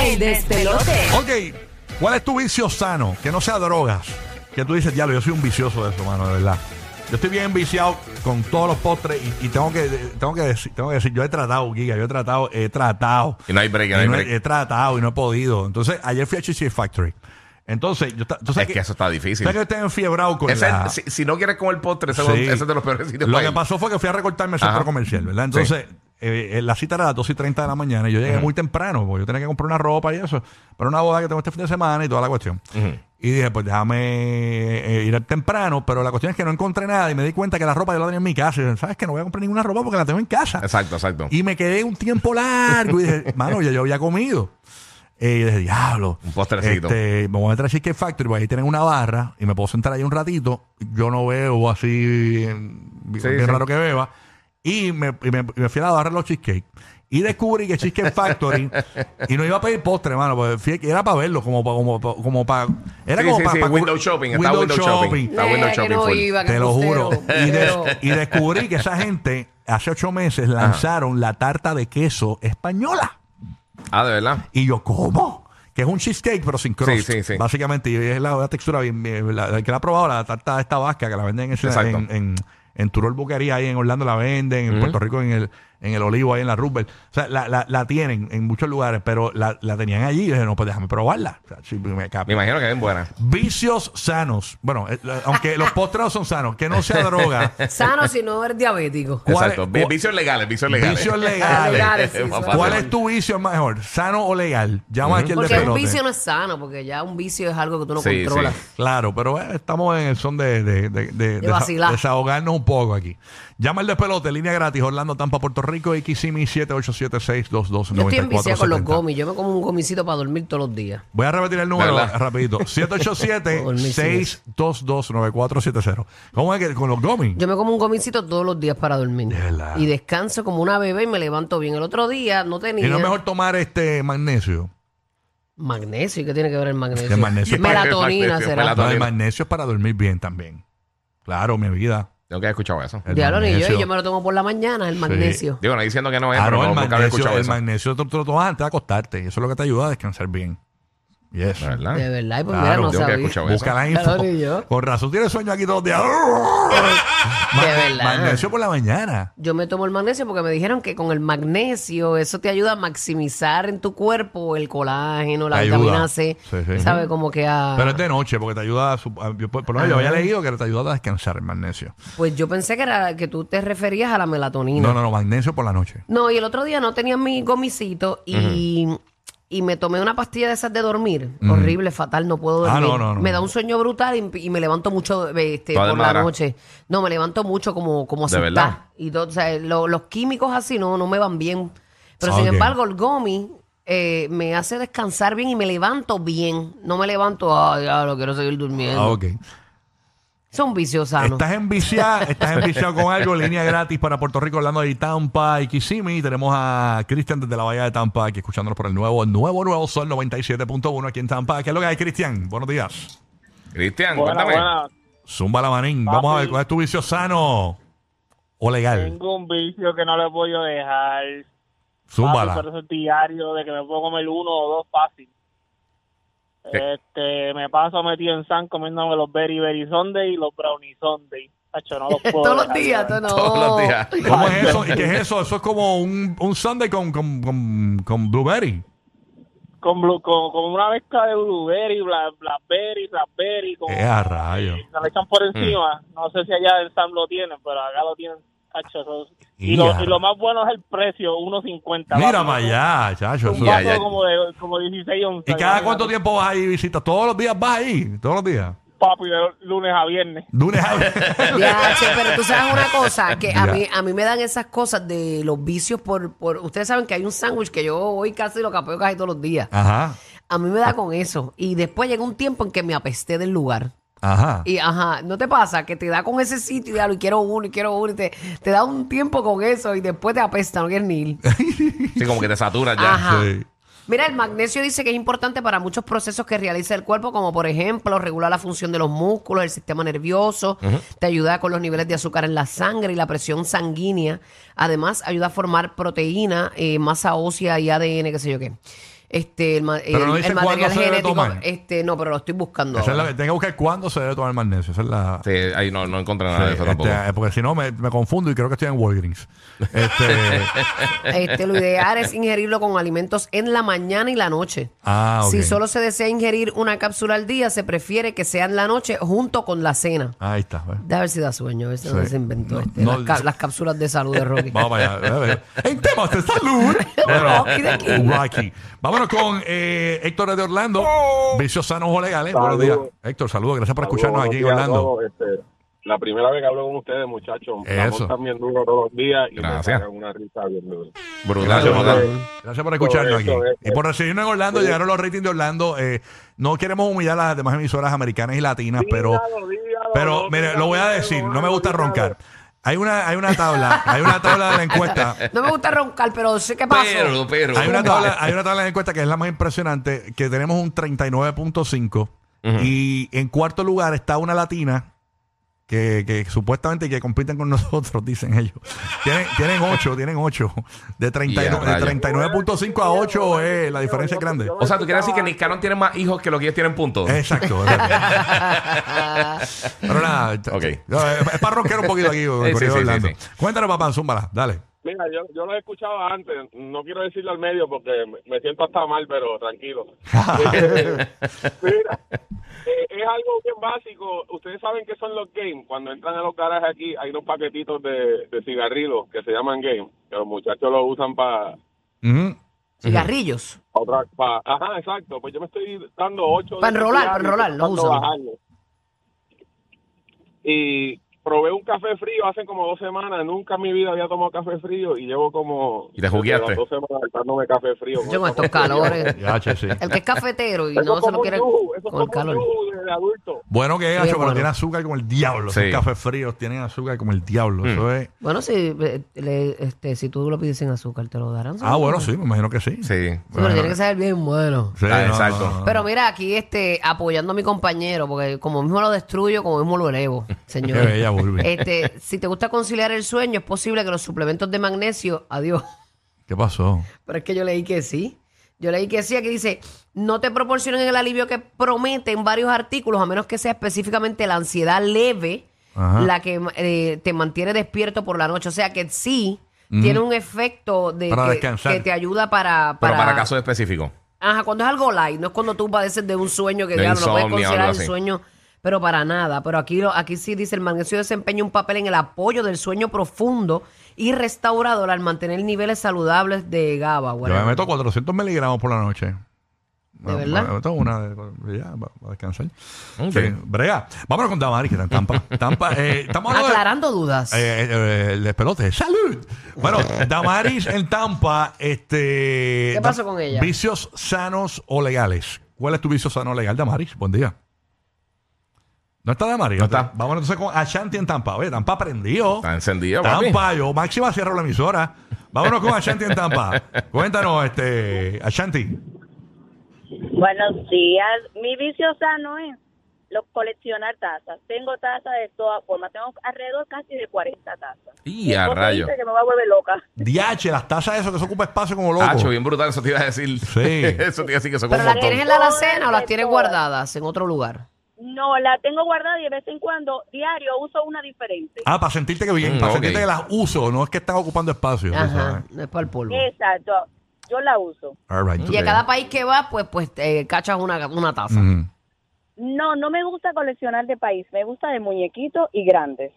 El despelote. Ok, ¿cuál es tu vicio sano? Que no sea drogas. Que tú dices, diablo, yo soy un vicioso de eso, mano, de verdad. Yo estoy bien viciado con todos los postres y, y tengo que tengo que decir, tengo que decir, yo he tratado, Giga, yo he tratado, he tratado. Y no hay break, Y eh, no hay he- break. He, tratado y no he podido. Entonces, ayer fui a Chichi Factory. Entonces, yo ta- tú sabes Es que eso está difícil. sabes que yo estoy enfiebrado con Ese- Pues la- si, si no quieres comer postre, ese, Sí. ese es de los peores sitios. Lo para que ir. pasó fue que fui a recortarme al Ajá. centro comercial, ¿verdad? Entonces, eh, eh, la cita era a las 2 y 30 de la mañana y yo llegué muy temprano, porque yo tenía que comprar una ropa y eso, para una boda que tengo este fin de semana y toda la cuestión. Y dije, pues déjame eh, ir temprano, pero la cuestión es que no encontré nada y me di cuenta que la ropa yo la tenía en mi casa. Y dije, ¿sabes que No voy a comprar ninguna ropa porque la tengo en casa. Exacto, exacto. Y me quedé un tiempo largo y dije, mano, ya yo había comido. Eh, y dije, diablo. Un postrecito. Este, me voy a meter a Cheesecake Factory, porque ahí tienen una barra y me puedo sentar ahí un ratito. Yo no veo así, es sí. raro que beba. Y me, y me- y me fui a la barra de los cheesecake. Y descubrí que Cheesecake Factory. y no iba a pedir postre, mano. porque fui- era para verlo, como para. Como, pa- como pa- era Sí, como sí, para. sí, window shopping, está window shopping. Está Eh, window que shopping no full. iba, que Te lo embustero. juro. Y, de- Pero- y descubrí que esa gente hace ocho meses lanzaron la tarta de queso española. Ah, de verdad. Y yo, ¿cómo? Que es un cheesecake, pero sin crust. Sí, sí, sí. Básicamente, y es la, la textura bien. bien- la, el que la ha probado, la tarta de esta vasca que la venden en, ese- Exacto. en, en, en Turol Buquería, ahí en Orlando la venden, en Puerto Rico en el, en el Olivo, ahí en la Roosevelt. O sea, la, la, la tienen en muchos lugares, pero la, la tenían allí. Y dije, no, pues déjame probarla. O sea, sí, me cap- Me imagino que es buena. Vicios sanos. Bueno, eh, la- aunque los postreos son sanos, que no sea droga. Sano si no eres diabético. ¿Cuál Exacto. es- Vi- cuál- Vicios legales, vicios legales. Vicios legales. Legales, sí, Más son- fácil. ¿Cuál es tu vicio mejor? ¿Sano o legal? Llama aquí el Porque un despelote. vicio no es sano, porque ya un vicio es algo que tú no Sí, controlas. sí. Claro, pero eh, estamos en el son de, de, de- de- desa- vacilar. desahogarnos un poco aquí. Llama el despelote, línea gratis, Orlando, Tampa, Puerto Rico, y Kissimmee 787-622-9470. Yo estoy enviciada con los gomis. Yo me como un gomicito para dormir todos los días. Voy a repetir el número ¿Verdad? rapidito. 787-622-9470. ¿Cómo es que con los gomis? Yo me como un gomicito todos los días para dormir. De verdad. Y descanso como una bebé y me levanto bien. El otro día no tenía Y no es mejor tomar este magnesio. magnesio. ¿Y ¿Qué tiene que ver el magnesio? El magnesio. Melatonina Magnesio, será. melatonina. No, el magnesio es para dormir bien también. Claro, mi vida. Yo que he escuchado eso. El Diablo, ni yo. magnesio. Y yo me lo tomo por la mañana, el magnesio. Digo, no diciendo que no es, Ah, pero no, el no, nunca había magnesio, escuchado el eso. magnesio tú tú lo tomas ah, antes de acostarte. Y eso es lo que te ayuda a descansar bien. Yes. De verdad. De verdad. Y pues mira, Ah, Claro, no Yo que he sabía. escuchado eso. Busca la Claro, ni info. yo. Con razón tienes sueño aquí todos los días. Ma- verdad. Magnesio por la mañana. Yo me tomo el magnesio porque me dijeron que con el magnesio eso te ayuda a maximizar en tu cuerpo el colágeno, la Ayuda. vitamina C. Sí, sí. ¿Sabe? Como que a... Pero es de noche porque te ayuda. a su- a- yo, por por lo menos yo Ah. había leído que te ayuda a descansar el magnesio. Pues yo pensé que era que tú te referías a la melatonina. No, no, no, magnesio por la noche. No, y el otro día no tenía mi gomicito y, y me tomé una pastilla de esas de dormir. Horrible, fatal, no puedo Ah, dormir. no, no, no. me da un sueño brutal y, y me levanto mucho eh, este, Toda por la desmadrada. noche. No, me levanto mucho como, como ¿De asustada. verdad? Y todo, o sea, lo- los químicos así no, no me van bien. Pero Ah, sin ok. embargo, el gomi eh, me hace descansar bien y me levanto bien. No me levanto, ah, ya lo quiero seguir durmiendo. Ah, ok. Son vicios sanos. Estás enviciado, estás enviciado con algo. Línea gratis para Puerto Rico, hablando de Tampa y Kissimmee. Tenemos a Cristian desde la Bahía de Tampa aquí escuchándonos por el nuevo, nuevo, nuevo Sol 97.1 aquí en Tampa. ¿Qué es lo que hay, Cristian? Buenos días. Cristian, Buena, cuéntame. buena. Zumba la manín. Vamos a ver Papi. cuál es tu vicio sano o legal. Tengo un vicio que no le voy a dejar. Papi, Por Zúmbala. eso es diario, de que me puedo comer uno o dos fácil. ¿Qué? Este, me paso metido en San comiéndome los Berry Berry Sunday y los Brownie Sunday. Hacho, no los puedo Todos los dejar, días, ¿verdad? tú no. Todos los días. Oh. ¿Cómo es eso? ¿Y qué es eso? Eso es como un, un Sunday con, con, con, con blueberry. Con, blu- con, con una mezcla de blueberry, bla- blackberry, raspberry. Con, ¡Eh, a rayo! se le echan por Mm. encima. No sé si allá en San lo tienen, pero acá lo tienen. hacho, eso- y, Ya. lo, y lo más bueno es el precio, 1.50. Mira papi. para allá, chacho. Un eso- Ya, vaso ya. Como, de, como 16 onzas. ¿Y cada imagínate. cuánto tiempo vas ahí y visitas? ¿Todos los días vas ahí? ¿Todos los días? Papi, de lunes a viernes. Lunes a viernes. Ya, che, pero tú sabes una cosa, que a Ya. mí, a mí me dan esas cosas de los vicios por, por... Ustedes saben que hay un sándwich que yo hoy casi lo capeo casi todos los días. Ajá, A mí me da con eso. Y después llega un tiempo en que me apesté del lugar. ajá. Y ajá, ¿no te pasa? Que te da con ese sitio y diablo, y quiero uno, y quiero uno, y te, te da un tiempo con eso y después te apesta, no quieres ni ir. Sí, como que te saturas ya. Ajá. Sí. Mira, el magnesio dice que es importante para muchos procesos que realiza el cuerpo, como por ejemplo regular la función de los músculos, el sistema nervioso, te ayuda con los niveles de azúcar en la sangre y la presión sanguínea. Además, ayuda a formar proteína, eh, masa ósea y ADN, qué sé yo qué. este, el, ma- Pero no el- el dice cuándo material se debe genético. tomar. Este, no, pero lo estoy buscando. Esa es ahora. la, tengo que buscar cuándo se debe tomar magnesio. Esa es la. Sí, ahí no, no encontré nada de eso este, tampoco. porque si no me, me confundo y creo que estoy en Walgreens. Este, Este, lo ideal es ingerirlo con alimentos en la mañana y la noche. ah, ok. Si solo se desea ingerir una cápsula al día, se prefiere que sea en la noche junto con la cena. Ahí está. ¿ves? De ver si da sueño, a ver si no Sí. se inventó No, este, no, las, ca- yo- las cápsulas de salud de Rocky. Vamos para allá. A ver. En temas de salud. Rocky de aquí. Rocky. Vámonos con eh, Héctor de Orlando. Vicios sanos o legales. Buenos días. Oh. Saludos. Héctor, saludos. Gracias por Saludos, escucharnos buenos aquí en días a Orlando. todos, este, la primera vez que hablo con ustedes, muchachos. La Eso. montan bien duro todos los días y me Gracias. sacan una risa bien dura. Brutal, Gracias, brutal. Manuel. Gracias por escucharnos aquí. Eso, eso. Y por recibirnos en Orlando, llegaron los ratings de Orlando. Eh, no queremos humillar a las demás emisoras americanas y latinas, pero, Dígalo, dígalo, pero no, mire, dígalo, lo voy a dígalo, decir, no me dígalo, gusta dígalo. roncar. Hay una, hay una tabla, hay una tabla de la encuesta. No me gusta roncar, pero sé qué pasó. Pero, pero. Hay una, tabla, hay una tabla de encuesta que es la más impresionante, que tenemos un 39.5 Ujú. y en cuarto lugar está una latina que, que supuestamente que compiten con nosotros, dicen ellos. Tienen, tienen 8, tienen 8. De, 39 Ya, de rayos. 39.5 a 8 eh, la diferencia es grande. O sea, tú quieres decir que Nicaron tiene más hijos que lo que ellos tienen puntos. Exacto. exacto. Pero nada, Ok. no, es es para ronquear un poquito aquí. con el Sí, corrido sí, sí, Orlando. sí, Cuéntanos, papá, zúmbala, dale. Mira, yo, yo lo he escuchado antes, no quiero decirlo al medio porque me- me siento hasta mal, pero tranquilo. Este, Mira, eh, es algo bien básico. Ustedes saben que son los games. Cuando entran a los garajes aquí, hay unos paquetitos de, de cigarrillos que se llaman game, que los muchachos los usan para Ujú. Cigarrillos. Otra, pa- ajá, exacto. Pues yo me estoy dando ocho. Pa' de enrolar, esos pa' enrolar, diarios, lo tratando de usan. bajarlo. Y probé un café frío hace como dos semanas. Nunca en mi vida había tomado café frío y llevo como. Y te jugueaste. desde las Dos semanas dándome café frío. Yo con estos calores. Ya, che, sí. El que es cafetero y Eso no es se como lo un quiere yugo, eso es con el como un calor. yugo de adulto. Bueno que es, Sí, gacho, pero bueno. tiene azúcar como el diablo. Sí. Mm. Son cafés fríos, tienen azúcar como el diablo. Eso es. Bueno, si, eh, le- este, si tú lo pides sin azúcar, te lo darán. Ah, Sí, bueno, sí, me imagino que sí. Sí. pero tiene que ser bien bueno. Sí, Ah, no, exacto. no, no, no. Pero mira, aquí este, apoyando a mi compañero, porque como mismo lo destruyo, como mismo lo elevo, señor. Qué bella, Burby. Este, si te gusta conciliar el sueño, es posible que los suplementos de magnesio, adiós. ¿Qué pasó? Pero es que yo leí que sí. Yo leí que sí, aquí dice, no te proporcionan el alivio que prometen varios artículos, a menos que sea específicamente la ansiedad leve Ajá. la que eh, te mantiene despierto por la noche. O sea que sí, tiene un efecto de Para que, descansar. que te ayuda para... Pero para casos específicos. Ajá, cuando es algo light, no es cuando tú padeces de un sueño que De ya no lo puedes insomnio, considerar algo el así. sueño, pero para nada. Pero aquí, lo, aquí sí dice, el magnesio desempeña un papel en el apoyo del sueño profundo y restaurador al mantener niveles saludables de GABA. Yo me whatever. meto 400 miligramos por la noche. Me- verdad? Me meto una de, ya, para descansar. Ok. Sí, brega. Vámonos con Damaris, que está en Tampa. Tampa eh, estamos hablando de- Aclarando dudas. Eh, eh, eh, el despelote. ¡Salud! Bueno, Damaris en Tampa. Este, ¿Qué pasó Dam- con ella? Vicios sanos o legales. ¿Cuál es tu vicio sano o legal, Damaris? Buen día. No está Damaris. No está. Vámonos entonces con Ashanti en Tampa. Oye, Tampa aprendió. Está encendido, papi. Tampa, yo máxima cierro la emisora. Vámonos con Ashanti en Tampa. Cuéntanos, este, Ashanti. Buenos días. Mi vicio sano es lo, coleccionar tazas. Tengo tazas de todas formas. Tengo alrededor casi de 40 tazas. Y a Mi esposo rayo. dice que me va a volver loca. DH, las tazas de eso que se ocupa espacio como loco. Hacho, bien brutal, eso te iba a decir. Sí. eso te iba a decir que son ¿Pero un las montón. tienes en la alacena o las tienes Todas. guardadas en otro lugar? No, la tengo guardada y de vez en cuando, diario, uso una diferente. Ah, para sentirte que bien, Mm, para ok. sentirte que las uso, no es que están ocupando espacio. tú Ajá, sabes. no es para el polvo. Exacto. Yo la uso. All right, Y a ok. cada país que vas, pues, pues eh, cachas una, una taza. Mm. No, no me gusta coleccionar de país. Me gusta de muñequitos y grandes.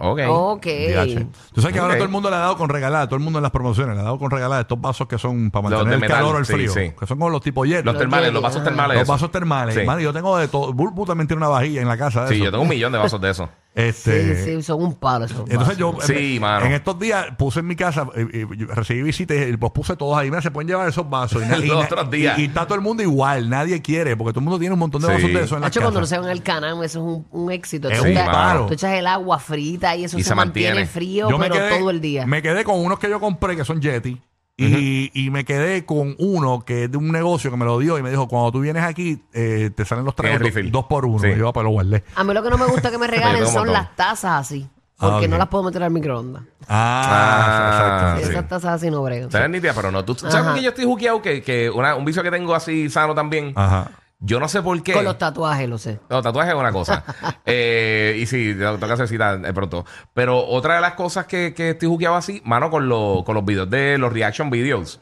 Ok. Ok. DH. Tú sabes que ahora Ok. todo el mundo le ha dado con regalada, todo el mundo en las promociones le ha dado con regalada estos vasos que son para Los de mantener el metal, calor o el sí, frío, sí. que son como los tipo hielo. Los termales, los vasos termales. Los esos. vasos termales. Sí. Mano, yo tengo de todo. Bulbu también tiene una vajilla en la casa. de Sí, eso. yo tengo un millón de vasos de esos. Este, Sí, sí, son un palo esos Entonces vasos. yo Sí, en, mano. en estos días puse en mi casa, eh, eh, yo recibí visitas y los puse todos ahí. Mira, se pueden llevar esos vasos. Y, na- Los y na- otros días. y- y está todo el mundo igual, nadie quiere, porque todo el mundo tiene un montón de Sí. vasos de esos en la Hacho, cuando lo casa. se van al canal, eso es un, un éxito. Es tú, un echas, palo. tú echas el agua frita y eso Y se, se mantiene, mantiene. frío, pero todo el día. me quedé con unos que yo compré que son Yeti. Y, y me quedé con uno que es de un negocio que me lo dio y me dijo, cuando tú vienes aquí, eh, te salen los Tienes tragos do- refill. dos por uno. Sí. Y yo, para lo guardé. A mí lo que no me gusta que me regalen tengo un son montón. las tazas así, Ah, porque ok. no las puedo meter al microondas. Ah, Ah, exacto. Esas sí. esas tazas así no bregan. Salen nítidas, pero no. ¿Tú tú Ajá. sabes que yo estoy juqueado? Que, que una- un vicio que tengo así sano también. Ajá. Yo no sé por qué. Con los tatuajes, lo sé. No, tatuaje es una cosa. Eh, y sí, lo tengo que hacer cita de pronto. Pero otra de las cosas que, que estoy jugueado así, mano, con, los- con los videos de los reaction videos.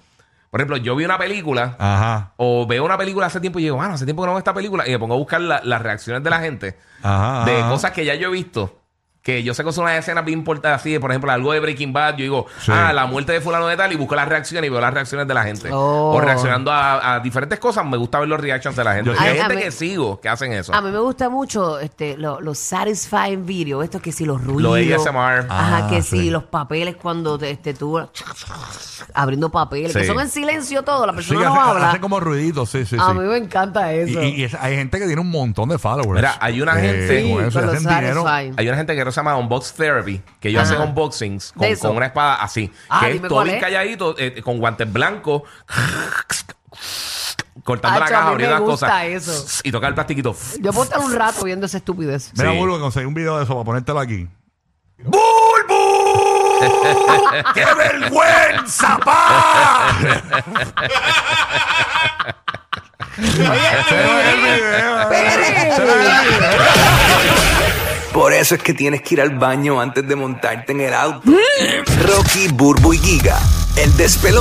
Por ejemplo, yo vi una película Ajá. o veo una película hace tiempo y digo, mano, hace tiempo que no veo esta película. Y me pongo a buscar la- las reacciones de la gente Ajá. de ajá. cosas que ya yo he visto. Que yo sé que son unas escenas bien importantes así. Por ejemplo, algo de Breaking Bad. Yo digo, Sí. ah, la muerte de fulano de tal. Y busco las reacciones y veo las reacciones de la gente. Oh. O reaccionando a, a diferentes cosas. Me gusta ver los reactions de la gente. Yo- Y hay Ah, gente a mí- que sigo que hacen eso. A mí me gusta mucho este, lo- los satisfying videos, estos que si los ruidos. Lo de ASMR. Ajá, Ah, que sí. si los papeles cuando te- este, tú abriendo papeles, que Sí. son en silencio todo, la Sí, persona hace, no habla. hace como ruiditos, sí, sí, A sí. mí Ah, me encanta Y, eso. y- eh, y es- hay gente que tiene un montón de followers. Eh, Mira, hay una gente- con Sí, eso, con y los hacen dinero. satisfying. Hay una gente que no se llama Unbox Therapy, que ellos Ajá. hacen unboxings De con, eso. con una espada así. Ah, que es dime todo cuál bien es. calladito, eh, con guantes blancos, cortando la Acho, a caja, mí abriendo me las gusta cosas. eso. Y tocar el plastiquito. Yo puedo estar un rato viendo esa estupidez. Mira, Sí. vuelvo a conseguir un video de eso para ponértelo aquí. ¡Bulbul! ¡Qué vergüenza, Por eso es que tienes que ir al baño antes de montarte en el auto. Rocky, Burbu y Giga, el despelote.